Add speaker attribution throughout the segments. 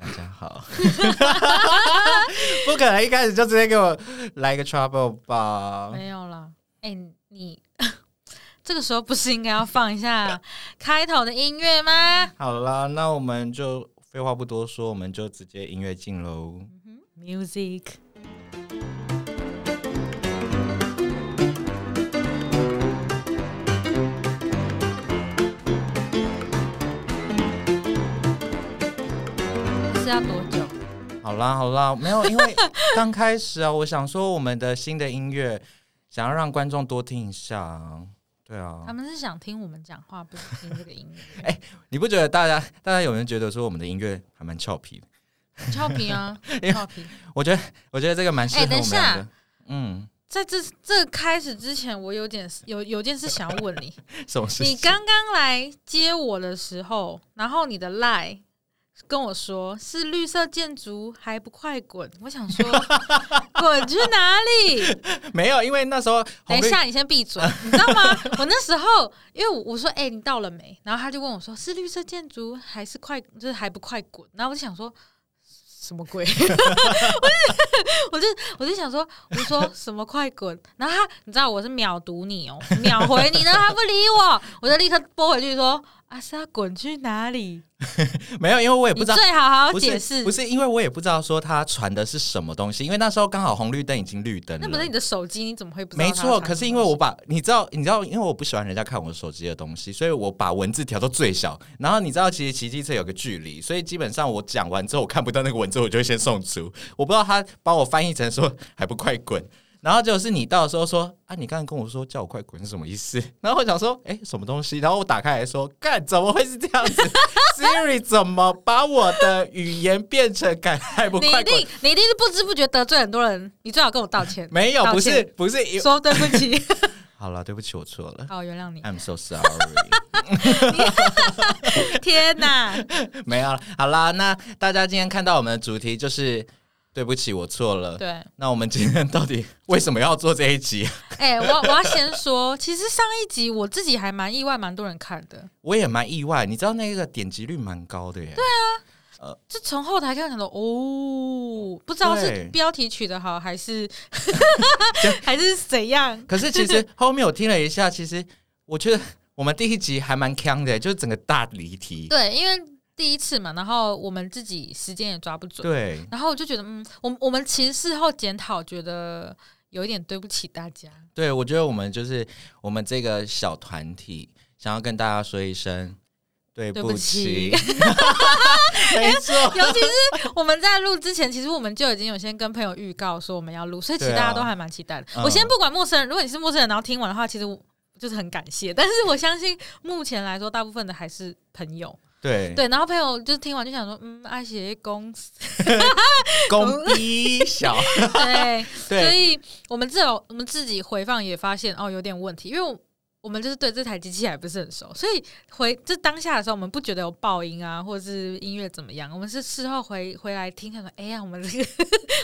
Speaker 1: 好， 不可能一开始就直接给我来个 trouble 吧？
Speaker 2: 没有啦，哎、你 这个时候不是应该要放一 下开头的音乐吗
Speaker 1: 好啦，那我们就废话不多说，我们就直接音乐进喽。
Speaker 2: ？Music，是要多久？嗯
Speaker 1: 好啦，好啦，没有，因为刚开始啊，我想说我们的新的音乐，想要让观众多听一下。对啊
Speaker 2: 他，们是想听我们讲话，不是听这个音 乐。
Speaker 1: 你不觉得大家大家有没有觉得说我们的音乐还蛮俏皮的？
Speaker 2: 俏皮啊
Speaker 1: 因为，
Speaker 2: 俏皮。
Speaker 1: 我觉得我觉得这个蛮适合
Speaker 2: 哎
Speaker 1: 我们
Speaker 2: 等一下
Speaker 1: 俩的。嗯，
Speaker 2: 在这这开始之前，我有点有有件事想要问你。
Speaker 1: 什么事情？
Speaker 2: 你刚刚来接我的时候，然后你的 lie 跟我说是绿色建筑，还不快滚！我想 说，滚去哪里？
Speaker 1: 没有，因为那时候
Speaker 2: 等
Speaker 1: 红
Speaker 2: 一
Speaker 1: 绿
Speaker 2: 下，你先闭嘴， 你知道吗？我那时候因为我我说，哎、你到了没？然后他就问我说，是绿色建筑还是快，就是还不快滚？然后我就想说。什么鬼？ 我就我就我就想说，我说什么快滚！然后他，你知道我是秒读你哦，秒回你，然后他不理我， 我就立刻拨回去说：“啊，是要滚去哪里？
Speaker 1: 没有，因为我也哎不
Speaker 2: 你
Speaker 1: 知道。
Speaker 2: 最好好好
Speaker 1: 不
Speaker 2: 解
Speaker 1: 是
Speaker 2: 释。
Speaker 1: 不是，因为我也不知道说他传的是什么东西，因为那时候刚好红绿灯已经绿灯了。
Speaker 2: 那不是你的手机，你怎么会不知道？
Speaker 1: 没错，可是因为我把你知道，你知道，因为我不喜欢人家看我手机的东西，所以我把文字调到最小。然后你知道，其实骑机车有个距离，所以基本上我讲完之后，我看不到那个文字，我就会先送出。我不知道他把我翻译成说还不快滚，然后就是你到的时候说啊，你刚刚跟我说叫我快滚是什么意思？然后我想说，哎、什么东西？然后我打开来说，干，怎么会是这样子 ？Siri 怎么把我的语言变成干还不
Speaker 2: 你
Speaker 1: 快
Speaker 2: 一
Speaker 1: 滚？
Speaker 2: 定你一定是不知不觉得罪很多人，你最好跟我道歉，
Speaker 1: 没有，
Speaker 2: 道
Speaker 1: 不是
Speaker 2: 歉，
Speaker 1: 不是，因
Speaker 2: 说对不 起，
Speaker 1: 好了，对不起，我错了。
Speaker 2: 好我原谅你。
Speaker 1: I'm so sorry。
Speaker 2: 天哪，
Speaker 1: 没有了，好啦，那大家今天看到我们的主题就是对不起，我错了。
Speaker 2: 对，
Speaker 1: 那我们今天到底为什么要做这一集？
Speaker 2: 哎、我我要先说，其实上一集我自己还蛮意外，蛮多人看的。
Speaker 1: 我也蛮意外，你知道那个点击率蛮高的耶。
Speaker 2: 啊
Speaker 1: 对，
Speaker 2: 就从后台看，想到哦，不知道
Speaker 1: 对
Speaker 2: 是标题取得好，还 是还是怎样？
Speaker 1: 可是其实后面我听了一下，其实我觉得我们第一集还蛮坑的，就是整个大离题。
Speaker 2: 对，因为第一次嘛，然后我们自己时间也抓不准，
Speaker 1: 对，
Speaker 2: 然后我就觉得，嗯，我我们其实事后检讨，觉得有一点对不起大家。
Speaker 1: 对，我觉得我们就是我们这个小团体，想要跟大家说一声对
Speaker 2: 对不
Speaker 1: 起
Speaker 2: 起。
Speaker 1: 没错，
Speaker 2: 尤其是我们在录之前，其实我们就已经有先跟朋友预告说我们要录，所以其实
Speaker 1: 对啊
Speaker 2: 大家都还蛮期待的。
Speaker 1: 嗯
Speaker 2: 我先不管陌生人，如果你是陌生人，然后听完的话，其实我就是很感谢。但是我相信目前来说，大部分的还是朋友。
Speaker 1: 对，
Speaker 2: 对，然后朋友就是听完就想说，嗯，爱写公司，
Speaker 1: 公逼小，
Speaker 2: 对，
Speaker 1: 对
Speaker 2: 所以我们这种我们自己回放也发现哦有点问题，因为我我们就是对这台机器还不是很熟，所以回就当下的时候，我们不觉得有爆音啊，或者是音乐怎么样，我们是事后回回来听，想说，哎呀，我们这个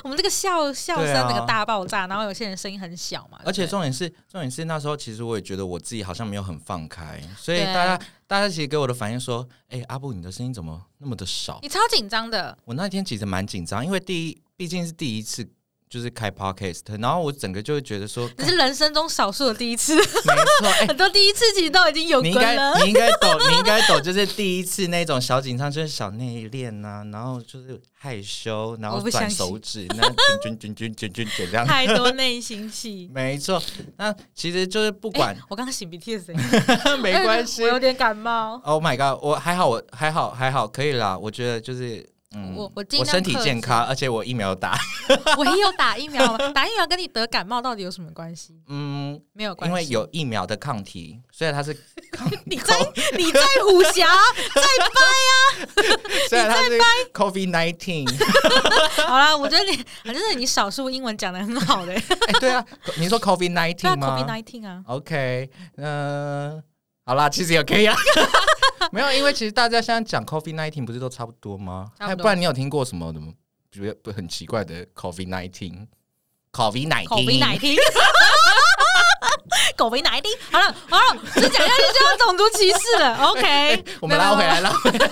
Speaker 2: 我们这个笑笑声
Speaker 1: 对啊
Speaker 2: 那个大爆炸，然后有些人声音很小嘛，
Speaker 1: 而且
Speaker 2: 对不
Speaker 1: 重点是，重点是那时候其实我也觉得我自己好像没有很放开，所以
Speaker 2: 对
Speaker 1: 大家大家其实给我的反应说，哎、阿布你的声音怎么那么的少
Speaker 2: 对你？超紧张 的，
Speaker 1: 我那天其实蛮紧张，因为第一毕竟是第一次就是开 podcast，然后我整个就会觉得说，
Speaker 2: 这
Speaker 1: 干
Speaker 2: 是人生中少数的第一次，
Speaker 1: 没 错，哎、
Speaker 2: 很多第一次其实都已经 有
Speaker 1: 你
Speaker 2: 跟
Speaker 1: 应
Speaker 2: 了
Speaker 1: 该，你应该懂，你应该懂，就是第一次那种小紧张，就是小内敛呐，然后就是害羞，然
Speaker 2: 我
Speaker 1: 后
Speaker 2: 不
Speaker 1: 转
Speaker 2: 相信
Speaker 1: 手指，那卷卷卷卷卷卷卷这样，
Speaker 2: 太多内心戏。
Speaker 1: 没错。那其实就是不
Speaker 2: 哎
Speaker 1: 管，
Speaker 2: 我刚刚擤鼻涕的声音，
Speaker 1: 没关系
Speaker 2: 哎 我，有点感冒。
Speaker 1: Oh my god！我还好，我还好，还好，可以啦。我觉得就是，嗯，
Speaker 2: 我我尽
Speaker 1: 我
Speaker 2: 量
Speaker 1: 身体
Speaker 2: 克
Speaker 1: 健
Speaker 2: 制
Speaker 1: 康，而且我疫苗 打，
Speaker 2: 我也有打疫苗， 打疫苗跟你得感冒到底有什么关系？
Speaker 1: 嗯，
Speaker 2: 没有关
Speaker 1: 因
Speaker 2: 系，
Speaker 1: 为有疫苗的抗体，虽然它是抗，
Speaker 2: 你在 你在虎侠
Speaker 1: 虽然它是 COVID nineteen，
Speaker 2: 好啦，我觉得你反正是你 少数英文讲的很 好的、
Speaker 1: 哎，对啊，你说 COVID
Speaker 2: 对啊
Speaker 1: nineteen
Speaker 2: ，COVID
Speaker 1: 吗
Speaker 2: nineteen 啊，
Speaker 1: ？OK，嗯、好啦，其实也可以 啊。没有，因为其实大家现在讲 COVID nineteen 不是都差不多吗？
Speaker 2: 差不
Speaker 1: 哎
Speaker 2: 多
Speaker 1: 不然你有听过什么的吗？觉得不很奇怪的 COVID nineteen，COVID
Speaker 2: ，COVID
Speaker 1: nineteen，
Speaker 2: nineteen。狗没奶丁， 好了好了，这讲下去就要种族歧视了。OK，
Speaker 1: 我们拉回来，拉回来。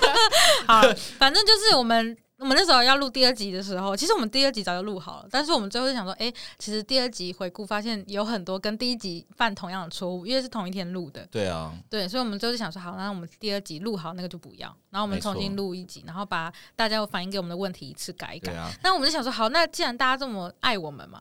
Speaker 2: 好，反正就是我们我们那时候要录第二集的时候，其实我们第二集早就录好了，但是我们最后就想说，哎、其实第二集回顾发现有很多跟第一集犯同样的错误，因为是同一天录的，
Speaker 1: 对啊，
Speaker 2: 对，所以我们最后就想说，好，那我们第二集录好那个就不要，然后我们
Speaker 1: 没错
Speaker 2: 重新录一集，然后把大家反映给我们的问题一次改一
Speaker 1: 对
Speaker 2: 改。
Speaker 1: 啊，
Speaker 2: 那我们就想说，好，那既然大家这么爱我们嘛，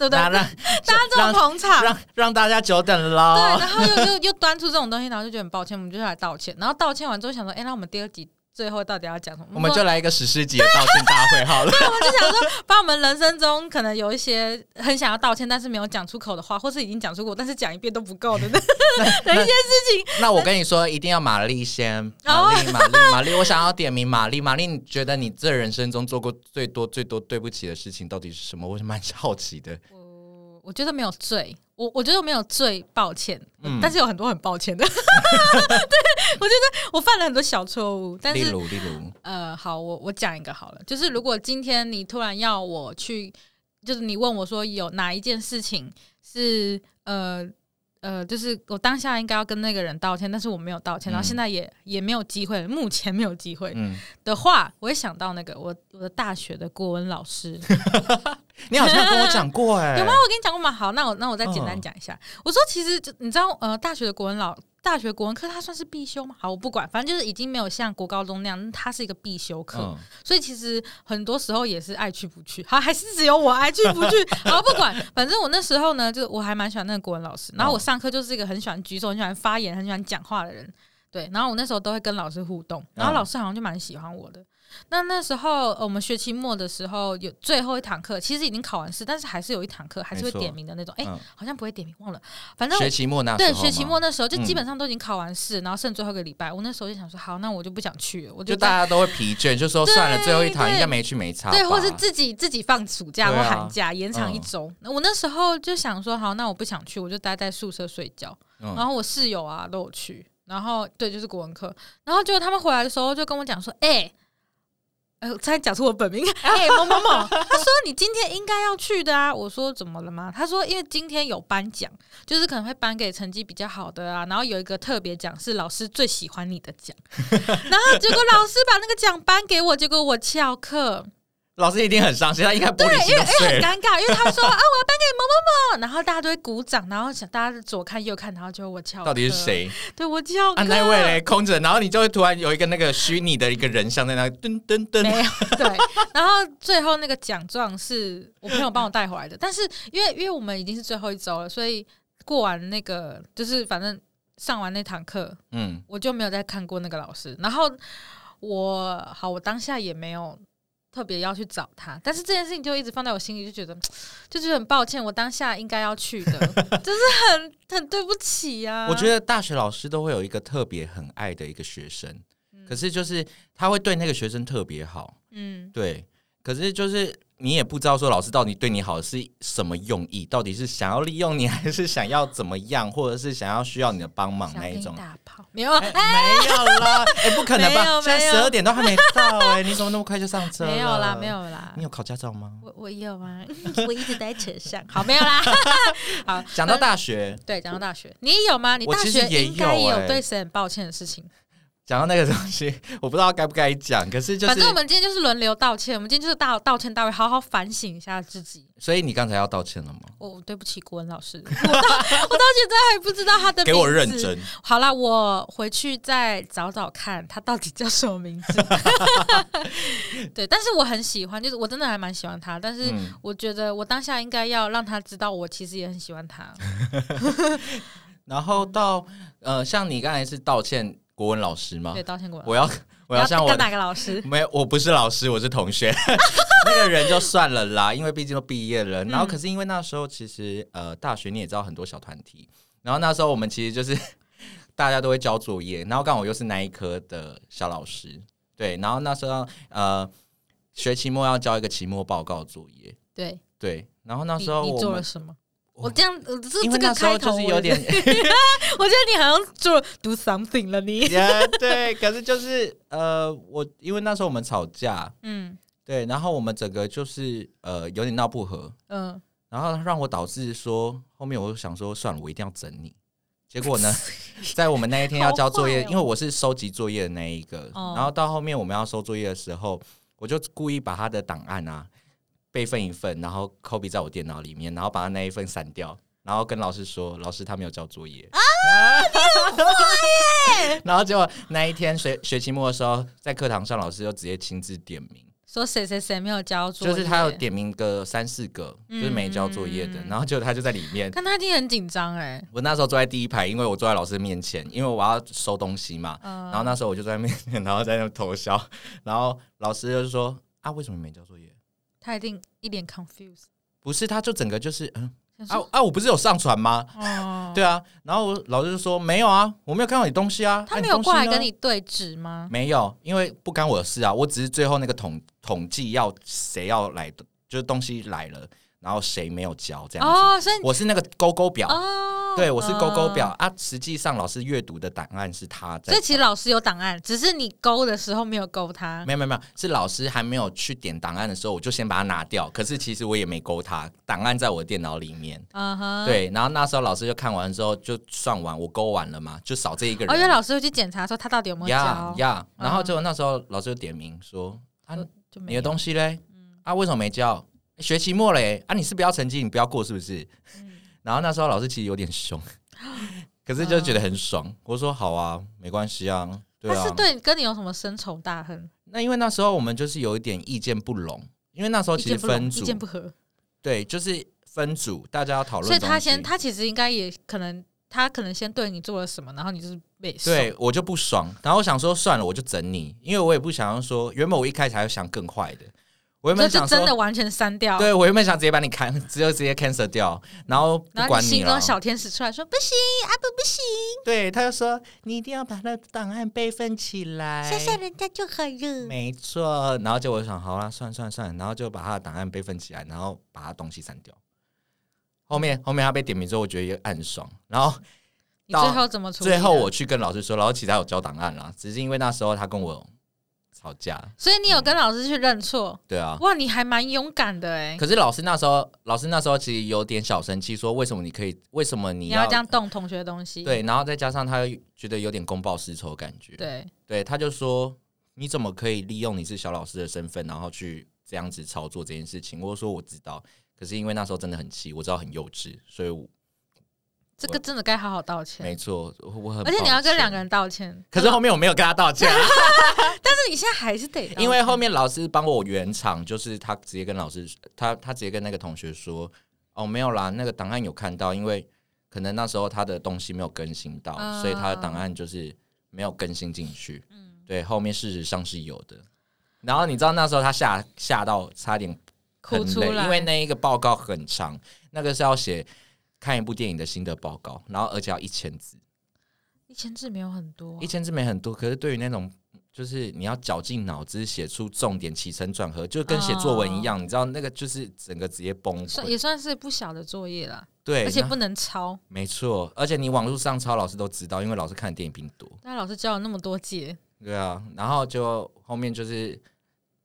Speaker 2: 对不对？
Speaker 1: 那
Speaker 2: 大
Speaker 1: 让
Speaker 2: 家这么
Speaker 1: 让
Speaker 2: 捧场，
Speaker 1: 让哦让大家久等
Speaker 2: 对，
Speaker 1: 喽。
Speaker 2: 然后又又又端出这种东西，然后就觉得很抱歉，我们就来道歉。然后道歉完之后想说，哎、那我们第二集最后到底要讲什么？
Speaker 1: 我们就来一个史诗级的道歉大会 好了。
Speaker 2: 我们就想说，把我们人生中可能有一些很想要道歉，但是没有讲出口的话，或是已经讲出过，但是讲一遍都不够的 的 一些事情。
Speaker 1: 那我跟你说，一定要玛丽先，
Speaker 2: 哦
Speaker 1: 玛丽，玛丽，玛丽，我想要点名玛丽。玛丽，你觉得你这人生中做过最多、最多对不起的事情到底是什么？我是蛮好奇的。
Speaker 2: 我我觉得没有罪，我我觉得没有罪，抱歉，
Speaker 1: 嗯
Speaker 2: 但是有很多很抱歉的。 对，我觉得我犯了很多小错误， 但
Speaker 1: 例
Speaker 2: 是
Speaker 1: 如，例如，
Speaker 2: 呃，好，我我讲一个好了，就是如果今天你突然要我去，就是你问我说有哪一件事情是呃呃，就是我当下应该要跟那个人道歉，但是我没有道歉，然后
Speaker 1: 嗯
Speaker 2: 现在也也没有机会，目前没有机会
Speaker 1: 嗯，
Speaker 2: 的话，我会想到那个我我的大学的国文老师，
Speaker 1: 你好像跟我讲过哎、
Speaker 2: 有吗？我跟你讲过吗？好，那我那我再简单
Speaker 1: 嗯
Speaker 2: 讲一下。我说，其实就你知道，呃，大学的国文老大学国文课它算是必修吗？好，我不管，反正就是已经没有像国高中那样，它是一个必修课，
Speaker 1: 嗯，
Speaker 2: 所以其实很多时候也是爱去不去。好，还是只有我爱去不去。好，不管，反正我那时候呢，就是我还蛮喜欢那个国文老师，然后我
Speaker 1: 嗯
Speaker 2: 上课就是一个很喜欢举手、很喜欢发言、很喜欢讲话的人。对，然后我那时候都会跟老师互动，然后
Speaker 1: 嗯
Speaker 2: 老师好像就蛮喜欢我的。那那时候呃我们学期末的时候有最后一堂课，其实已经考完试，但是还是有一堂课还是会
Speaker 1: 没错
Speaker 2: 点名的那种。哎、
Speaker 1: 嗯
Speaker 2: 好像不会点名，忘了。反正我
Speaker 1: 学期末那时候
Speaker 2: 对
Speaker 1: 吗
Speaker 2: 学期末那时候就
Speaker 1: 嗯
Speaker 2: 基本上都已经考完试，然后剩最后一个礼拜，我那时候就想说，好，那我就不想去了，我
Speaker 1: 就
Speaker 2: 在
Speaker 1: 大家都会疲倦，就说算了，
Speaker 2: 对
Speaker 1: 最后一堂
Speaker 2: 对
Speaker 1: 应该没去没差吧。
Speaker 2: 对，或是自己自己放暑假
Speaker 1: 对
Speaker 2: 或
Speaker 1: 啊
Speaker 2: 寒假、延长一周。那我那时候就想说，好，那我不想去，我就待在宿舍睡觉。
Speaker 1: 嗯
Speaker 2: 然后我室友啊都有去，然后对，就是国文课。然后结果他们回来的时候就跟我讲说，哎、呃，我差点讲出我 本名，哎、某某某，他说你今天应该要去的啊。我说怎么了吗？他说因为今天有颁奖，就是可能会颁给成绩比较好的啊，然后有一个特别奖是老师最喜欢你的奖。 然后结果老师把那个奖颁给我，结果我翘课。
Speaker 1: 老师一定很伤心，他应该玻璃心都
Speaker 2: 很
Speaker 1: 碎了。
Speaker 2: 尴尬，因为他说啊，我要颁给某某某，然后大家都会鼓掌，然后想大家左看右看，然后就我翘课，
Speaker 1: 到底是？谁
Speaker 2: 对我翘
Speaker 1: 啊？
Speaker 2: 课、
Speaker 1: 那位嘞，空着，然后你就会突然有一个那个虚拟的一个人像在那里噔噔
Speaker 2: 没
Speaker 1: 噔，
Speaker 2: 有对，然后最后那个奖状是我朋友帮我带回来的，但是因为因为我们已经是最后一周了，所以过完那个就是反正上完那堂课，
Speaker 1: 嗯，
Speaker 2: 我就没有再看过那个老师。然后我好，我当下也没有特别要去找他，但是这件事情就一直放在我心里，就觉得就觉得很抱歉，我当下应该要去的， 就是很很对不起啊呀、
Speaker 1: 我觉得大学老师都会有一个特别很爱的一个学生，
Speaker 2: 嗯
Speaker 1: 可是就是他会对那个学生特别好，
Speaker 2: 嗯，
Speaker 1: 对，可是就是你也不知道说老师到底对你好是什么用意，到底是想要利用你，还是想要怎么样，或者是想要需要你的帮忙
Speaker 2: 想
Speaker 1: 那
Speaker 2: 给
Speaker 1: 一
Speaker 2: 你
Speaker 1: 种。
Speaker 2: 大炮没有啊。
Speaker 1: 哎，没有啦，哎，不可能
Speaker 2: 没有
Speaker 1: 吧？现
Speaker 2: 没
Speaker 1: 在
Speaker 2: 有
Speaker 1: 十二点都还没到，哎，你怎么那么快就上车？
Speaker 2: 没有啦，没。有啦
Speaker 1: 你，有考驾照吗？
Speaker 2: 我我有啊， 我一直待车上。 好，没有啦。好，
Speaker 1: 讲到大学，
Speaker 2: 对，讲到大学，你有吗？你
Speaker 1: 我
Speaker 2: 大
Speaker 1: 其
Speaker 2: 学
Speaker 1: 实也
Speaker 2: 应该
Speaker 1: 有
Speaker 2: 也有
Speaker 1: 欸
Speaker 2: 对谁很抱歉的事情。
Speaker 1: 讲到那个东西， 我不知道该不该讲，可是就
Speaker 2: 反
Speaker 1: 是
Speaker 2: 正，我们今天就是轮流道歉，我们今天就是大道歉大会，好好反省一下自己。
Speaker 1: 所以你刚才要道歉了吗？
Speaker 2: 我、哦对不起国文老师，我 到我到现在还不知道他的名字。
Speaker 1: 给我认。真。
Speaker 2: 好啦，我回去再找找看他到底叫什么 名字。对，但是我很喜欢，就是我真的还蛮喜欢他，但是
Speaker 1: 嗯
Speaker 2: 我觉得我当下应该要让他知道，我其实也很喜欢他。
Speaker 1: 然后到呃，像你刚才是道歉国文老师吗
Speaker 2: 对，？道歉国文。
Speaker 1: 我要我要像我
Speaker 2: 跟哪个老师？
Speaker 1: 没有，我不是老师，我是同 学。那个人就算了啦，因为毕竟都毕业
Speaker 2: 嗯
Speaker 1: 了。然后可是因为那时候其实呃，大学你也知道很多小团体，然后那时候我们其实就是 大家都会交作业，然后刚好我又是那一科的小老师，对，然后那时候呃，学期末要交一个期末报告作业，
Speaker 2: 对，
Speaker 1: 对，然后那
Speaker 2: 你
Speaker 1: 时候
Speaker 2: 你
Speaker 1: 我
Speaker 2: 做了
Speaker 1: 们
Speaker 2: 什么？
Speaker 1: 我
Speaker 2: 我这样，呃这
Speaker 1: 因
Speaker 2: 这
Speaker 1: 为
Speaker 2: 个
Speaker 1: 那时候
Speaker 2: 开
Speaker 1: 就
Speaker 2: 头
Speaker 1: 是
Speaker 2: 我
Speaker 1: 有点。
Speaker 2: 我觉得你好像做 do something 了， 你。
Speaker 1: 呀，对，可是就是呃，我因为那时候我们吵架，
Speaker 2: 嗯
Speaker 1: 对，然后我们整个就是呃有点闹不和，
Speaker 2: 嗯，
Speaker 1: 然后让我导致说后面我想说算了，我一定要整你。结果 呢，在我们那一天要交作业，
Speaker 2: 好坏哦
Speaker 1: 因为我是收集作业的那一个，
Speaker 2: 哦
Speaker 1: 然后到后面我们要收作业的时候，我就故意把他的档案啊备份一份，然后 copy 在我电脑里面，然后把他那一份删掉，然后跟老师说，老师他没有交作业。
Speaker 2: 啊
Speaker 1: 然后结果那一天学学期末的时候，在课堂上老师就直接亲自点名，
Speaker 2: 说谁谁谁没有交作业，
Speaker 1: 就是他有，点名个三四个，就是没交作业的，
Speaker 2: 嗯
Speaker 1: 然后结果他就在里 面。
Speaker 2: 但他一定很紧张哎，
Speaker 1: 我那时候坐在第一排，因为我坐在老师面前，因为我要收东西嘛。
Speaker 2: 嗯
Speaker 1: 然后那时候我就坐在面前， 然后在那偷笑。然后老师就说：“啊，为什么没交作业
Speaker 2: 他一定一脸 confused，？”
Speaker 1: 不是，他就整个就是嗯
Speaker 2: 想
Speaker 1: 啊
Speaker 2: 说
Speaker 1: 啊，我不是有上传吗？
Speaker 2: 哦，
Speaker 1: 对啊。然后我老师就说：“没有啊，我没有看到你东西啊。”
Speaker 2: 他
Speaker 1: 啊
Speaker 2: 没有过来跟。
Speaker 1: 东西
Speaker 2: 你
Speaker 1: 呢
Speaker 2: 对峙吗？
Speaker 1: 没有，因为不干我的事啊，我只是最后那个统统计要谁要来的，就是东西来了，然后谁没有交这样子。
Speaker 2: 哦，所以你
Speaker 1: 我是那个勾勾表，
Speaker 2: 哦，
Speaker 1: 对我是勾勾表、
Speaker 2: 嗯。
Speaker 1: 啊。实际上老师阅读的档案是他在
Speaker 2: 所以其实老师有档案，只是你勾的时候没有勾他。
Speaker 1: 没有没有没有，是老师还没有去点档案的时候，我就先把它拿掉。可是其实我也没勾它，档案在我的电脑里面。
Speaker 2: 嗯哼，。
Speaker 1: 对，然后那时候老师就看完之后就算完，我勾完了嘛，就少这一个
Speaker 2: 哦，因为
Speaker 1: 人。
Speaker 2: 老师会去检查说他到底有没有
Speaker 1: 呀
Speaker 2: 交，
Speaker 1: 呀，
Speaker 2: 嗯
Speaker 1: 然后结果那时候老师就点名说：“啊，
Speaker 2: 就
Speaker 1: 你
Speaker 2: 没
Speaker 1: 的
Speaker 2: 有。嗯
Speaker 1: 东西嘞？啊，为什么没交？学期末嘞？啊，你是不要成绩，你不要过是不是？”
Speaker 2: 嗯
Speaker 1: 然后那时候老师其实有点 凶，可是就觉得很爽。我说：“好啊，没关系啊，对
Speaker 2: 他
Speaker 1: 啊。”
Speaker 2: 是对你跟你有什么深仇大恨？
Speaker 1: 那因为那时候我们就是有一点意见不拢，因为那时候
Speaker 2: 意
Speaker 1: 其
Speaker 2: 见
Speaker 1: 实
Speaker 2: 不合，
Speaker 1: 分
Speaker 2: 意
Speaker 1: 组，
Speaker 2: 见不合，
Speaker 1: 对，就是分组，大家要讨论
Speaker 2: 所
Speaker 1: 东
Speaker 2: 以
Speaker 1: 西。
Speaker 2: 他先，他其实应该也可能，他可能先对你做了什么，然后你就是被受
Speaker 1: 对我就不爽，然后我想说算了，我就整你，因为我也不想要说，原本我一开始还想更坏的，我原
Speaker 2: 这
Speaker 1: 本
Speaker 2: 就
Speaker 1: 想
Speaker 2: 真的
Speaker 1: 说，
Speaker 2: 完全删掉。
Speaker 1: 对我原本想直接把你砍，只有直接 cancel 掉，然后不
Speaker 2: 然后
Speaker 1: 管啊
Speaker 2: 你心
Speaker 1: 了
Speaker 2: 中。小天使出来说：“不行，阿布不行，
Speaker 1: 对，他就说你一定要把那档案备份起来。
Speaker 2: 晒晒人家就好了。
Speaker 1: 哎没错，然后就我想，好啦，算算算，然后就把他的档案备份起来，然后把他东西删掉。后
Speaker 2: 嗯
Speaker 1: 面后面他被点名之后，我觉得也暗爽。然后”
Speaker 2: 你最后怎么处理？
Speaker 1: 最后我，去跟老师说，然后其实他有交档案啦，只是因为那时候他跟我吵架，
Speaker 2: 所以你有跟老师去认错。
Speaker 1: 对啊。
Speaker 2: 哇，你还蛮勇敢的哎、
Speaker 1: 可是老师那时候，老师那时候其实有点小生气，说为什么你可以，为什么你
Speaker 2: 你
Speaker 1: 要
Speaker 2: 要这样动同学的东西。
Speaker 1: 对，然后再加上他又觉得有点公报私仇的感觉，
Speaker 2: 对，
Speaker 1: 对，他就说你怎么可以利用你是小老师的身份，然后去这样子操作这件事情？我就说我知道，可是因为那时候真的很气，我知道很幼稚，所以我
Speaker 2: 这个真的该好好道歉。
Speaker 1: 没错，我我很
Speaker 2: 而且你要
Speaker 1: 抱
Speaker 2: 跟
Speaker 1: 歉
Speaker 2: 两个，人道歉，
Speaker 1: 可是后面我没有跟他道歉啊，
Speaker 2: 但是你现在还是得道歉，
Speaker 1: 因为后面老师帮我圆场，就是他直接跟老师，他他直接跟那个同学说，哦没有啦，那个档案有看到，因为可能那时候他的东西没有更新到，
Speaker 2: 嗯
Speaker 1: 所以他的档案就是没有更新进去。
Speaker 2: 嗯
Speaker 1: 对，后面事实上是有的。然后你知道那时候他吓吓到差点
Speaker 2: 哭
Speaker 1: 很
Speaker 2: 出
Speaker 1: 累
Speaker 2: 来，
Speaker 1: 因为那一个报告很长，那个是要写看一部电影的心得报告，然后而且要一千字，
Speaker 2: 一千字没有很多啊、
Speaker 1: 一千字没很多，可是对于那种就是你要绞尽脑汁写出重点、起承转合，就跟写作文一样，你知道那个就是整个直接崩
Speaker 2: 算
Speaker 1: 溃。
Speaker 2: 也算哦是不小的作业啦，
Speaker 1: 对，
Speaker 2: 而且
Speaker 1: 那
Speaker 2: 不能抄。
Speaker 1: 没错，而且你网络上抄老师都知道，因为老师看的电影比你多。
Speaker 2: 但老师教了那么多节，
Speaker 1: 对啊，然后就后面就是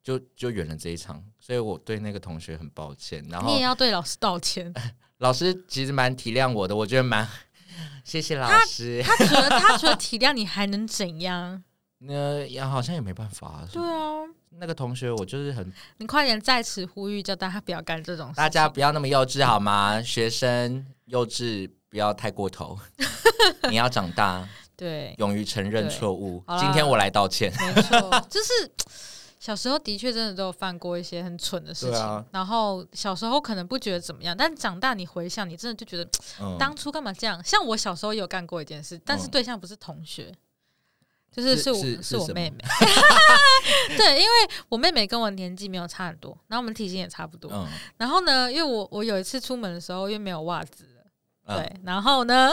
Speaker 1: 就就远了这一场，所以我对那个同学很抱歉。然
Speaker 2: 你
Speaker 1: 后
Speaker 2: 也要对老师 道歉。
Speaker 1: 老师其实蛮体谅我的，我觉得蛮谢谢老师。
Speaker 2: 他除了他除了体谅你，还能怎样？
Speaker 1: 那也好像也没办法、
Speaker 2: 对啊，
Speaker 1: 那个同学我就是很，
Speaker 2: 你快点在此呼吁，叫大家不要干这种事情。
Speaker 1: 大家不要那么幼稚好吗？学生幼稚不要太过 头，你要长大，
Speaker 2: 对，
Speaker 1: 勇于承认
Speaker 2: 对
Speaker 1: 错误
Speaker 2: 好。啦
Speaker 1: 今天我来道歉。
Speaker 2: 没错，就是小时候的确真的都有犯过一些很蠢的事
Speaker 1: 对
Speaker 2: 情，
Speaker 1: 啊
Speaker 2: 然后小时候可能不觉得怎么样，但长大你回想，你真的就觉得
Speaker 1: 嗯，
Speaker 2: 当初干嘛这样？像我小时候也有干过一件事，但是
Speaker 1: 嗯
Speaker 2: 对象不是同学，就是
Speaker 1: 是
Speaker 2: 是我
Speaker 1: 是是
Speaker 2: 我
Speaker 1: 什么
Speaker 2: 妹妹。 对，因为我妹妹跟我年纪没有差很多，然后我们体型也差不多。
Speaker 1: 嗯
Speaker 2: 然后呢，因为我我有一次出门的时候，因为没有袜子了。
Speaker 1: 嗯
Speaker 2: 对，然后呢，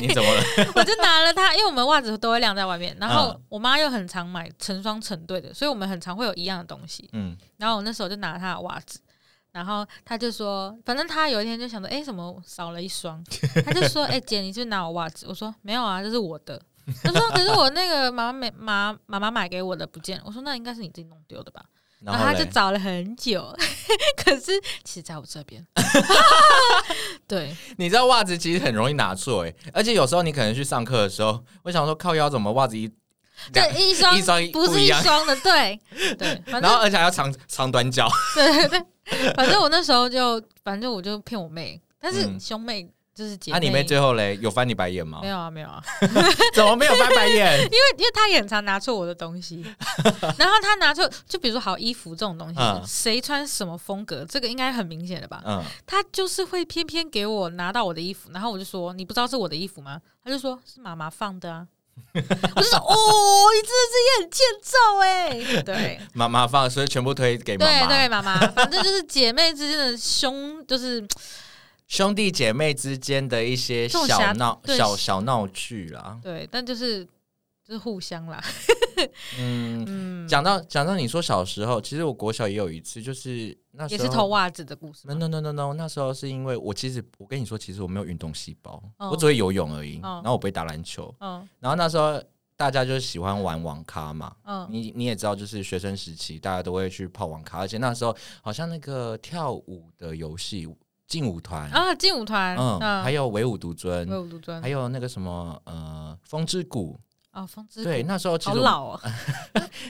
Speaker 1: 你怎么 了？
Speaker 2: 我就拿了它，因为我们袜子都会晾在外面，然后
Speaker 1: 嗯
Speaker 2: 我妈又很常买成双成对的，所以我们很常会有一样的东西。
Speaker 1: 嗯
Speaker 2: 然后我那时候就拿她的袜子，然后她就说，反正她有一天就想着，哎、怎么少了一双？ 她就说，哎、姐，你是不是拿我袜子？我说没有啊，这是我的。她说，可是我那个妈妈买妈妈妈买给我的不见了。我说那应该是你自己弄丢的吧？然后
Speaker 1: 后
Speaker 2: 他
Speaker 1: 嘞
Speaker 2: 就找了很久， 可是其实在我 这边，对，
Speaker 1: 你知道欸袜子其实很容易拿错哎，而且有时候你可能去上课的时候，我想说靠腰怎么袜子一
Speaker 2: 对，一双
Speaker 1: 一双一
Speaker 2: 不
Speaker 1: 不
Speaker 2: 是
Speaker 1: 一
Speaker 2: 一
Speaker 1: 样
Speaker 2: 双的，对对，反
Speaker 1: 然后
Speaker 2: 正
Speaker 1: 而且还要长长短脚，
Speaker 2: 对对 对，反正我那时候就，反正我就骗我妹，但是
Speaker 1: 嗯
Speaker 2: 兄妹就是姐
Speaker 1: 那、啊你妹最后嘞有翻你白眼吗
Speaker 2: 没？有啊没有啊，
Speaker 1: 怎么没有翻白眼？
Speaker 2: 因为因为她也很常拿错我的 东西，然后她拿错，就比如说好衣服这种东西
Speaker 1: 嗯，
Speaker 2: 谁、穿什么风格，这个应该很明显的吧？
Speaker 1: 嗯，
Speaker 2: 她就是会偏偏给我拿到我的衣服，然后我就说你不知道是我的衣服吗？她就说是妈妈放的啊。 我 就说哦，你真的是也很欠揍哎、对，
Speaker 1: 妈妈放，所以全部推给妈
Speaker 2: 对
Speaker 1: 妈。
Speaker 2: 对，妈妈，反正就是姐妹之间的凶，就是
Speaker 1: 兄弟姐妹之间的一些
Speaker 2: 这种
Speaker 1: 小
Speaker 2: 瑕
Speaker 1: 闹
Speaker 2: 对。
Speaker 1: 小小闹剧啦
Speaker 2: 对，但就是就是互相啦。
Speaker 1: 嗯，
Speaker 2: 嗯，
Speaker 1: 讲到讲到你说小时候，其实我国小也有一次，就是那时
Speaker 2: 也
Speaker 1: 候
Speaker 2: 是偷袜子的故事
Speaker 1: No
Speaker 2: 吗。
Speaker 1: no no no no，那时候是因为我其实我跟你说，其实我没有运动细胞，
Speaker 2: 哦
Speaker 1: 我只会游泳而已。
Speaker 2: 哦
Speaker 1: 然后我不会打篮球，
Speaker 2: 嗯
Speaker 1: 然后那时候大家就喜欢玩网咖嘛，
Speaker 2: 嗯
Speaker 1: 你你也知道，就是学生时期大家都会去泡网咖，而且那时候好像那个跳舞的游戏劲舞团，
Speaker 2: 啊，劲舞团，
Speaker 1: 嗯，还
Speaker 2: 有
Speaker 1: 有唯舞独尊
Speaker 2: 威，武独尊
Speaker 1: 还，有那个什么呃风之谷，
Speaker 2: 哦，风之谷
Speaker 1: 对，，那时候其
Speaker 2: 好
Speaker 1: 实我啊
Speaker 2: 老哦。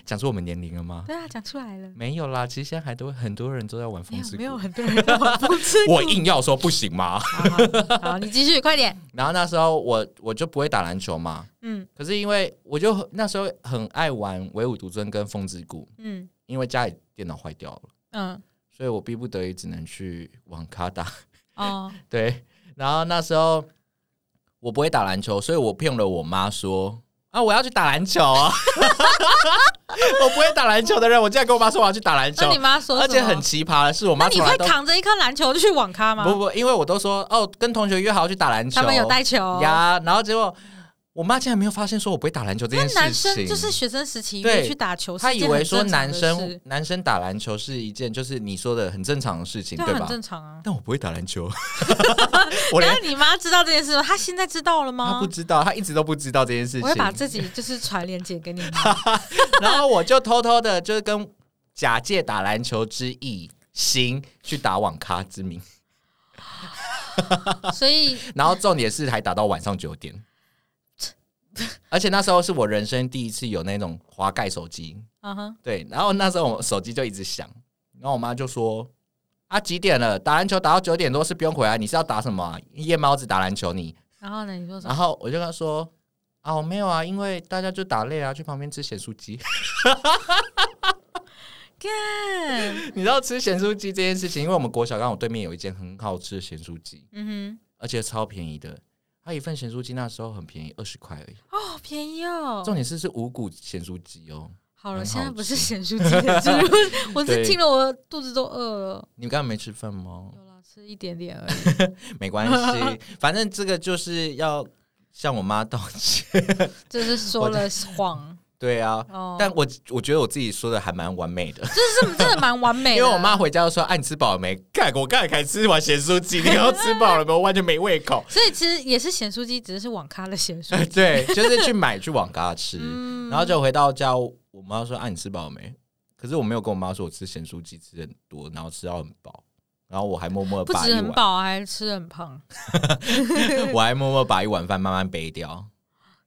Speaker 1: 讲出我们年龄了吗？
Speaker 2: 对啊，讲出 来了，
Speaker 1: 没有啦，其实现在还都很多人都在玩
Speaker 2: 没
Speaker 1: 风
Speaker 2: 有
Speaker 1: 之
Speaker 2: 没有
Speaker 1: 谷。
Speaker 2: 很多人都玩风之谷。
Speaker 1: 我硬要说不行吗？
Speaker 2: 好，好好，你继续，快点。
Speaker 1: 然后那时候我我就不会打篮球嘛，
Speaker 2: 嗯
Speaker 1: 可是因为我就那时候很爱玩唯舞独尊跟风之谷，
Speaker 2: 嗯
Speaker 1: 因为家里电脑坏掉了，
Speaker 2: 嗯
Speaker 1: 所以我逼不得已只能去网咖打
Speaker 2: 哦
Speaker 1: 对，然后那时候我不会打篮球，所以我骗了我妈说啊，我要去打篮球啊。 我不会打篮球的人，我竟然跟我妈说我要去打篮球
Speaker 2: 那你，妈说什么，
Speaker 1: 而且很奇葩的是，我
Speaker 2: 那
Speaker 1: 妈
Speaker 2: 你
Speaker 1: 从来
Speaker 2: 会
Speaker 1: 都
Speaker 2: 扛着一颗篮球去网咖吗？
Speaker 1: 不不，因为我都说哦，跟同学约好要去打篮球，
Speaker 2: 他们有带球。
Speaker 1: 呀，然后结果我妈竟然没有发现说我不会打篮球这件
Speaker 2: 那
Speaker 1: 事情，
Speaker 2: 男生就是学生时期
Speaker 1: 对
Speaker 2: 约去打球，
Speaker 1: 她
Speaker 2: 是一
Speaker 1: 以
Speaker 2: 件
Speaker 1: 为
Speaker 2: 很
Speaker 1: 说
Speaker 2: 正常
Speaker 1: 男
Speaker 2: 的
Speaker 1: 生
Speaker 2: 事
Speaker 1: 男生打篮球是一件就是你说的很正常的事情，
Speaker 2: 对
Speaker 1: 对
Speaker 2: 啊，很
Speaker 1: 吧？
Speaker 2: 正常啊。
Speaker 1: 但我不会打篮球， 我连
Speaker 2: 那你妈知道这件事吗？她现在知道了
Speaker 1: 他
Speaker 2: 吗
Speaker 1: 不？知道，他一直都不知道这件事情。
Speaker 2: 我会把自己就是传链接给你妈。
Speaker 1: 然后我就偷偷的，就是跟假借打篮球之意行去打网咖之名，
Speaker 2: 所以
Speaker 1: 然后重点是还打到晚上九 点。而且那时候是我人生第一次有那种滑盖手机，
Speaker 2: 嗯哼，
Speaker 1: 对，然后那时候我手机就一直响，然后我妈就说：“啊，几点了？打篮球打到九点多是不用回来，你是要打什么啊、夜猫子打篮球你？”
Speaker 2: 然后呢？你说什
Speaker 1: 然
Speaker 2: 么？
Speaker 1: 后我就跟她说：“啊，我没有啊，因为大家就打累啊，去旁边吃咸酥鸡。”
Speaker 2: 干，
Speaker 1: 你知道吃咸酥鸡这件事情，因为我们国小刚好对面有一间很好吃的咸酥鸡，
Speaker 2: 嗯
Speaker 1: 而且超便宜的。它一份咸酥鸡那时候很便宜，二十块而已。
Speaker 2: 哼，好便宜哦
Speaker 1: 重。点是是五谷咸酥鸡哦，
Speaker 2: 好了，
Speaker 1: 很好
Speaker 2: 现在不是
Speaker 1: 吃
Speaker 2: 咸酥鸡的植入， 我
Speaker 1: 对
Speaker 2: 是听了我肚子都饿了。
Speaker 1: 你刚刚没吃饭吗？
Speaker 2: 有了，吃一点点而已。
Speaker 1: 没关系，反正这个就是要向我妈道歉。
Speaker 2: 就是说了谎
Speaker 1: 对啊，
Speaker 2: 哦，
Speaker 1: 但我我觉得我自己说的还蛮完美的，
Speaker 2: 这是真的蛮完美
Speaker 1: 因
Speaker 2: 的。
Speaker 1: 为我妈，回家就说：“哎、你吃饱了没？”干，我刚才才吃完咸酥鸡，你要吃饱了没？我完全没胃口。
Speaker 2: 所以其实也是咸酥鸡，只是网咖的咸酥。
Speaker 1: 对，就是去买去网咖吃。
Speaker 2: 嗯
Speaker 1: 然后就回到家，我妈说：“啊，你吃饱了没？”可是我没有跟我妈说我吃咸酥鸡吃很多，然后吃到很饱，然后我还默默地
Speaker 2: 不
Speaker 1: 把一
Speaker 2: 止很
Speaker 1: 碗，
Speaker 2: 饱，还吃得很胖。
Speaker 1: 我还默默地把一碗饭慢慢背掉，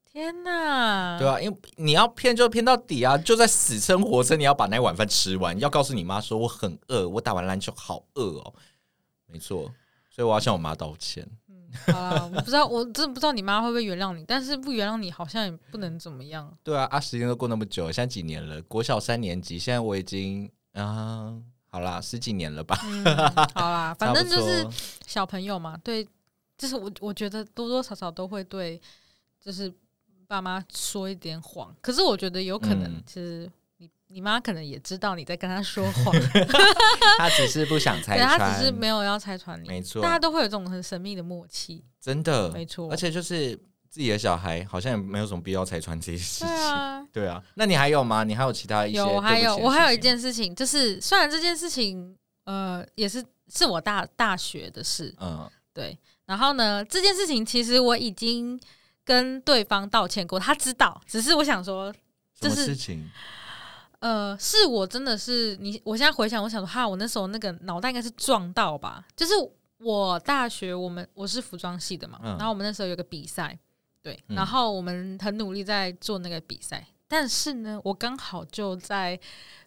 Speaker 2: 天哪！
Speaker 1: 对啊，因为你要骗就骗到底啊，就在死撑活撑，你要把那碗饭吃完，要告诉你妈说我很饿，我打完篮球好饿哦，没错，所以我要向我妈道歉。
Speaker 2: 好啦，我不知道，我真的不知道你妈会不会原谅你，但是不原谅你好像也不能怎么样。
Speaker 1: 对啊，啊，时间都过那么久了，现在几年了？国小三年级，现在我已经啊、好啦，十几年了吧，
Speaker 2: 嗯，好啦，反正就
Speaker 1: 差
Speaker 2: 是
Speaker 1: 不多
Speaker 2: 小朋友嘛，对，就是我我觉得多多少少都会对，就是爸妈说一点谎。可是我觉得有可能
Speaker 1: 嗯，
Speaker 2: 其实你你妈可能也知道你在跟她说 谎，
Speaker 1: 他只是不想拆
Speaker 2: 对
Speaker 1: 穿，
Speaker 2: 她只是没有要拆穿你。
Speaker 1: 没错，
Speaker 2: 大家都会有这种很神秘的默 契，
Speaker 1: 真的，
Speaker 2: 没错
Speaker 1: 而且就是自己的小孩，好像也没有什么必要拆穿这些事
Speaker 2: 对
Speaker 1: 情。
Speaker 2: 啊，
Speaker 1: 对啊，那你还有吗？你还有其他一些？
Speaker 2: 有，还有
Speaker 1: 对不起的
Speaker 2: 我还有一
Speaker 1: 事情，
Speaker 2: 件事情，就是虽然这件事情，呃，也是是我大大学的事，
Speaker 1: 嗯
Speaker 2: 对。然后呢，这件事情其实我已经跟对方道歉过，他知道，只是我想说，
Speaker 1: 什
Speaker 2: 就
Speaker 1: 么
Speaker 2: 是
Speaker 1: 事情？
Speaker 2: 呃，是我真的是你，我现在回想，我想说，哈，我那时候那个脑袋应该是撞到吧，就是我大学我们我是服装系的嘛，
Speaker 1: 嗯
Speaker 2: 然后我们那时候有个比赛，对，
Speaker 1: 嗯
Speaker 2: 然后我们很努力在做那个比赛，但是呢，我刚好就在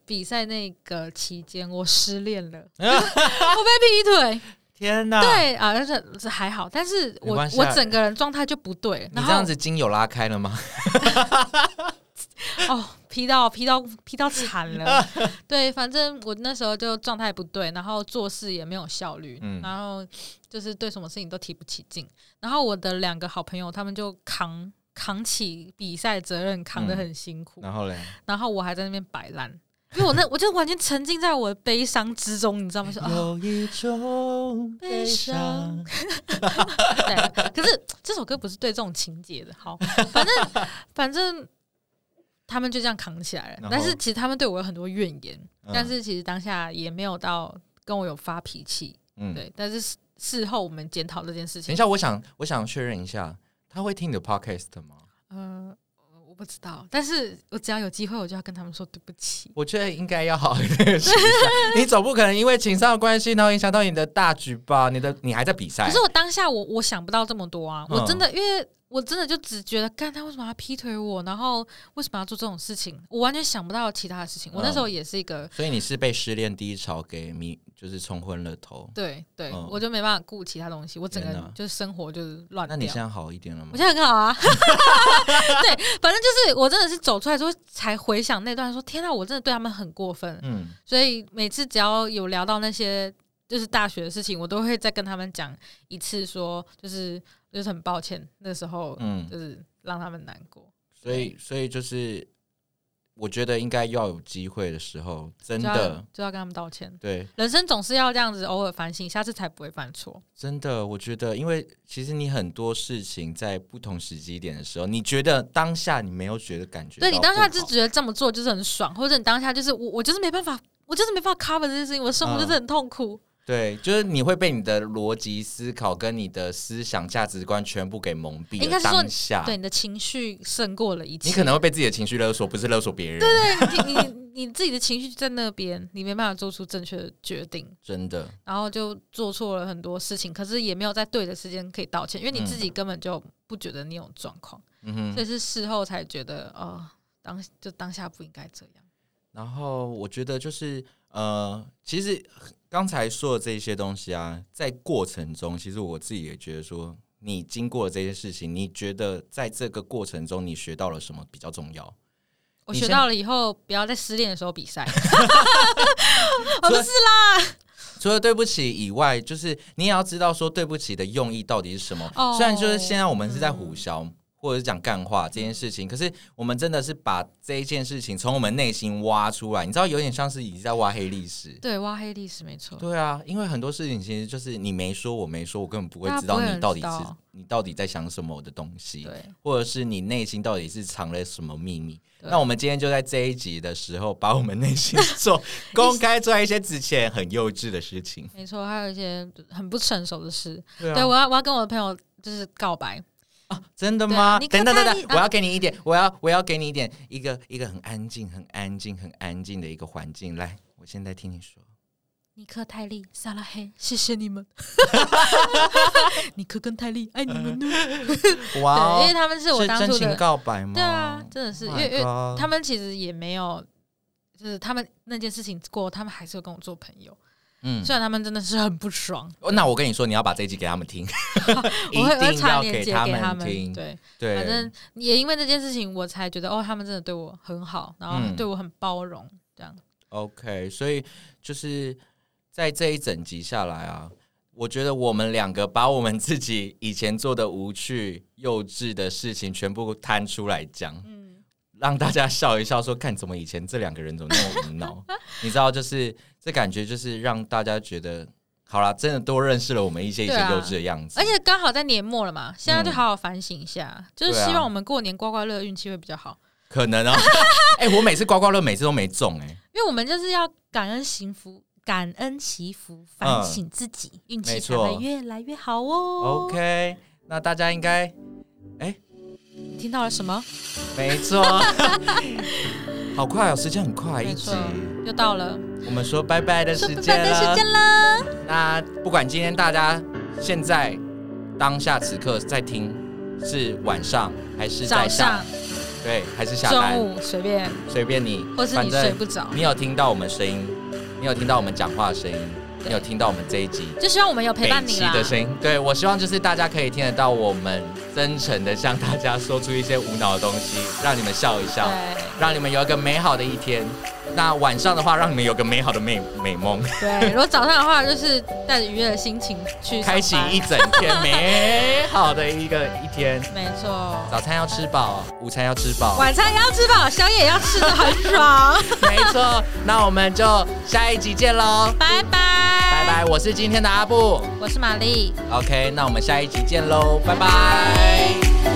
Speaker 2: 比赛那个期间，我失恋了， 我被劈腿。
Speaker 1: 天哪！，
Speaker 2: 对啊，但是是还好，但是我
Speaker 1: 没关系
Speaker 2: 我
Speaker 1: 啊
Speaker 2: 整个人状态就不对，
Speaker 1: 你
Speaker 2: 然
Speaker 1: 这
Speaker 2: 后
Speaker 1: 样子筋有拉开了吗？
Speaker 2: 哦，劈到劈到劈到惨 了。对，反正我那时候就状态不对，然后做事也没有效率，
Speaker 1: 嗯
Speaker 2: 然后就是对什么事情都提不起劲。然后我的两个好朋友他们就扛扛起比赛责任，扛得很辛苦，
Speaker 1: 然后 嘞，
Speaker 2: 然后我还在那边摆烂。因为我那，我就完全沉浸在我的悲伤之中，你知道 吗？说啊，
Speaker 1: 有一种
Speaker 2: 悲伤，对，可是这首歌不是对这种情节的。好，反正反正他们就这样扛起来了
Speaker 1: 然。后
Speaker 2: 但是其实他们对我有很多怨言，
Speaker 1: 嗯
Speaker 2: 但是其实当下也没有到跟我有发脾气。
Speaker 1: 嗯，
Speaker 2: 对，但是事事后我们检讨这件事
Speaker 1: 等
Speaker 2: 情
Speaker 1: 一，下，我想我想确认一下，他会听你的 podcast 吗？
Speaker 2: 嗯、我不知道，但是我只要有机会，我就要跟他们说对不起。
Speaker 1: 我觉得应该要好好地想一下，你总不可能因为情商的关系，然后影响到你的大局吧？你的你还在比赛，
Speaker 2: 可是我当下我我想不到这么多啊，
Speaker 1: 哎嗯
Speaker 2: 我真的因为我真的就只觉得，干他为什么要劈腿我，然后为什么要做这种事情，我完全想不到其他的事情。我那时候
Speaker 1: 嗯
Speaker 2: 也是一个
Speaker 1: 所以你是被失恋低潮给迷，就是冲昏了头。
Speaker 2: 对对，
Speaker 1: 嗯
Speaker 2: 我就没办法顾其他东西，我整个
Speaker 1: 天哪
Speaker 2: 人就是生活就是乱
Speaker 1: 那
Speaker 2: 掉。
Speaker 1: 你现在好一点了吗
Speaker 2: 啊我？现在很好啊， 对，反正就是我真的是走出来之后才回想那段，说天啊，我真的对他们很过分。
Speaker 1: 嗯，
Speaker 2: 所以每次只要有聊到那些就是大学的事情，我都会再跟他们讲一次说就是就是很抱歉，那时候
Speaker 1: 嗯
Speaker 2: 就是让他们难过，
Speaker 1: 所以所以就是，我觉得应该要有机会的时候，真
Speaker 2: 就要
Speaker 1: 的
Speaker 2: 就要跟他们道歉。
Speaker 1: 对，
Speaker 2: 人生总是要这样子，偶尔反省，下次才不会犯错。
Speaker 1: 真的，我觉得，因为其实你很多事情在不同时机点的时候，你觉得当下你没有觉得感觉到
Speaker 2: 对
Speaker 1: 不好，
Speaker 2: 你当下就觉得这么做就是很爽，或者你当下就是我我就是没办法，我就是没办法 cover 这件事情，我的生活
Speaker 1: 嗯
Speaker 2: 就是很痛苦。
Speaker 1: 对，就是你会被你的逻辑思考跟你的思想价值观全部给蒙蔽了。
Speaker 2: 应该是说
Speaker 1: 当下，
Speaker 2: 对，你的情绪胜过了一切。
Speaker 1: 你可能会被自己的情绪勒索，不是勒索别人。对
Speaker 2: 对你你你自己的情绪在那边，你没办法做出正确的决定，
Speaker 1: 真的，
Speaker 2: 然后就做错了很多事情，可是也没有在对的时间可以道歉，因为你自己根本就不觉得你有状况，
Speaker 1: 嗯
Speaker 2: 所
Speaker 1: 哼。
Speaker 2: 以是事后才觉得哦，当就当下不应该这样。
Speaker 1: 然后我觉得就是呃，其实刚才说的这些东西啊，在过程中，其实我自己也觉得说，你经过了这些事情，你觉得在这个过程中你学到了什么比较重要？
Speaker 2: 我
Speaker 1: 你
Speaker 2: 学
Speaker 1: 现
Speaker 2: 到了以后，不要在失恋的时候比赛。
Speaker 1: 我不是啦。除了对不起以外，就是你也要知道说对不起的用意到底是什么。
Speaker 2: 哦嗯
Speaker 1: 虽然就是现在我们是在胡淆、或者是讲干话这件事情，可是我们真的是把这一件事情从我们内心挖出来，你知道，有点像是已经在挖黑历史。
Speaker 2: 对，挖黑历史没错。
Speaker 1: 对啊，因为很多事情其实就是你没说，我没说，我根本不会
Speaker 2: 大家
Speaker 1: 知道
Speaker 2: 不会
Speaker 1: 你到底
Speaker 2: 知
Speaker 1: 是
Speaker 2: 道
Speaker 1: 你到底在想什么的东西。
Speaker 2: 对，
Speaker 1: 或者是你内心到底是藏了什么秘密？
Speaker 2: 对
Speaker 1: 那我们今天就在这一集的时候，把我们内心做 公开做一些之前很幼稚的事情。
Speaker 2: 没错，还有一些很不成熟的事。
Speaker 1: 对啊
Speaker 2: 对啊我要我要跟我的朋友就是告白，
Speaker 1: 真的吗？
Speaker 2: 对啊
Speaker 1: 等等等
Speaker 2: 你看
Speaker 1: 等，
Speaker 2: 他
Speaker 1: 我要给你一点，我要我要给你一点，一个一个很安静、很安静、很安静的一个环境。来，我现在听你说。
Speaker 2: 尼克、泰利、萨拉黑，谢谢你们。 尼克跟泰利，爱你们哦。
Speaker 1: 哇
Speaker 2: 对，
Speaker 1: 哦
Speaker 2: 因为，他们是我
Speaker 1: 是
Speaker 2: 当
Speaker 1: 真
Speaker 2: 初
Speaker 1: 情
Speaker 2: 的，
Speaker 1: 告白吗？
Speaker 2: 对啊，真的是，因
Speaker 1: Oh my
Speaker 2: 为因为
Speaker 1: God
Speaker 2: 他们其实也没有，就是他们那件事情过，他们还是有跟我做朋友。
Speaker 1: 嗯，
Speaker 2: 虽然他们真的是很不爽，
Speaker 1: 哦那我跟你说，你要把这一集给他们听，一
Speaker 2: 我会我会
Speaker 1: 定
Speaker 2: 传
Speaker 1: 要
Speaker 2: 链
Speaker 1: 给
Speaker 2: 接
Speaker 1: 他
Speaker 2: 给他
Speaker 1: 们
Speaker 2: 们
Speaker 1: 听。，
Speaker 2: 对，
Speaker 1: 对，
Speaker 2: 反正也因为这件事情，我才觉得哦，他们真的对我很好，然后
Speaker 1: 嗯
Speaker 2: 对我很包容，这样。
Speaker 1: OK，所以就是在这一整集下来啊，我觉得我们两个把我们自己以前做的无趣、幼稚的事情全部摊出来讲，
Speaker 2: 嗯，
Speaker 1: 让大家笑一笑说看怎么以前这两个人怎么那么无脑？ 你知道，就是这感觉就是让大家觉得，好啦，真的多认识了我们一些以前
Speaker 2: 对啊
Speaker 1: 幼稚的样子。
Speaker 2: 而且刚好在年末了嘛，现在就
Speaker 1: 嗯啊
Speaker 2: 好好反省一下，就是希望我们过年刮刮乐运气会比较好，
Speaker 1: 可能啊， 哎、我每次刮刮乐每次都没中、哎，
Speaker 2: 因为我们就是要感恩幸福。感恩祈福，反省自己，运气
Speaker 1: 没
Speaker 2: 才
Speaker 1: 错
Speaker 2: 会越来越好
Speaker 1: 嗯
Speaker 2: 哦。
Speaker 1: OK，那大家应该
Speaker 2: 你听到了什么？
Speaker 1: 没错， 好快哦，时间很快，一
Speaker 2: 没
Speaker 1: 集
Speaker 2: 错。，又到了
Speaker 1: 我们说拜拜的
Speaker 2: 说
Speaker 1: 时
Speaker 2: 拜
Speaker 1: 间
Speaker 2: 拜的时
Speaker 1: 了。
Speaker 2: 间啦。
Speaker 1: 那不管今天大家现在当下此刻在听，是晚上还是在下
Speaker 2: 早上，
Speaker 1: 对，还是下
Speaker 2: 中
Speaker 1: 班
Speaker 2: 午随便，
Speaker 1: 随便你，
Speaker 2: 或是
Speaker 1: 反
Speaker 2: 你睡
Speaker 1: 正
Speaker 2: 不着，
Speaker 1: 你有听到我们声音，你有听到我们讲话的声音，
Speaker 2: 对
Speaker 1: 你有听到我们这一集
Speaker 2: 就希望我们有陪伴
Speaker 1: 北
Speaker 2: 你
Speaker 1: 齐
Speaker 2: 啦。
Speaker 1: 的声音。对我希望就是大家可以听得到我们真诚的向大家说出一些无脑的东西，让你们笑一笑，
Speaker 2: 对
Speaker 1: 让你们有一个美好的一天。那晚上的话，让你们有个美好的美美梦，
Speaker 2: 对，如果早上的话，就是带着愉悦的心情去上班
Speaker 1: 开启一整天美好的一个一天。
Speaker 2: 没错，
Speaker 1: 早餐要吃饱，午餐要吃饱，
Speaker 2: 晚餐也要吃饱，宵夜也要吃的很 爽。
Speaker 1: 没错。那我们就下一集见喽，
Speaker 2: 拜拜，
Speaker 1: 拜 拜！
Speaker 2: 拜，
Speaker 1: 我是今天的阿布
Speaker 2: 我是玛丽。
Speaker 1: ，OK，那我们下一集见喽，拜拜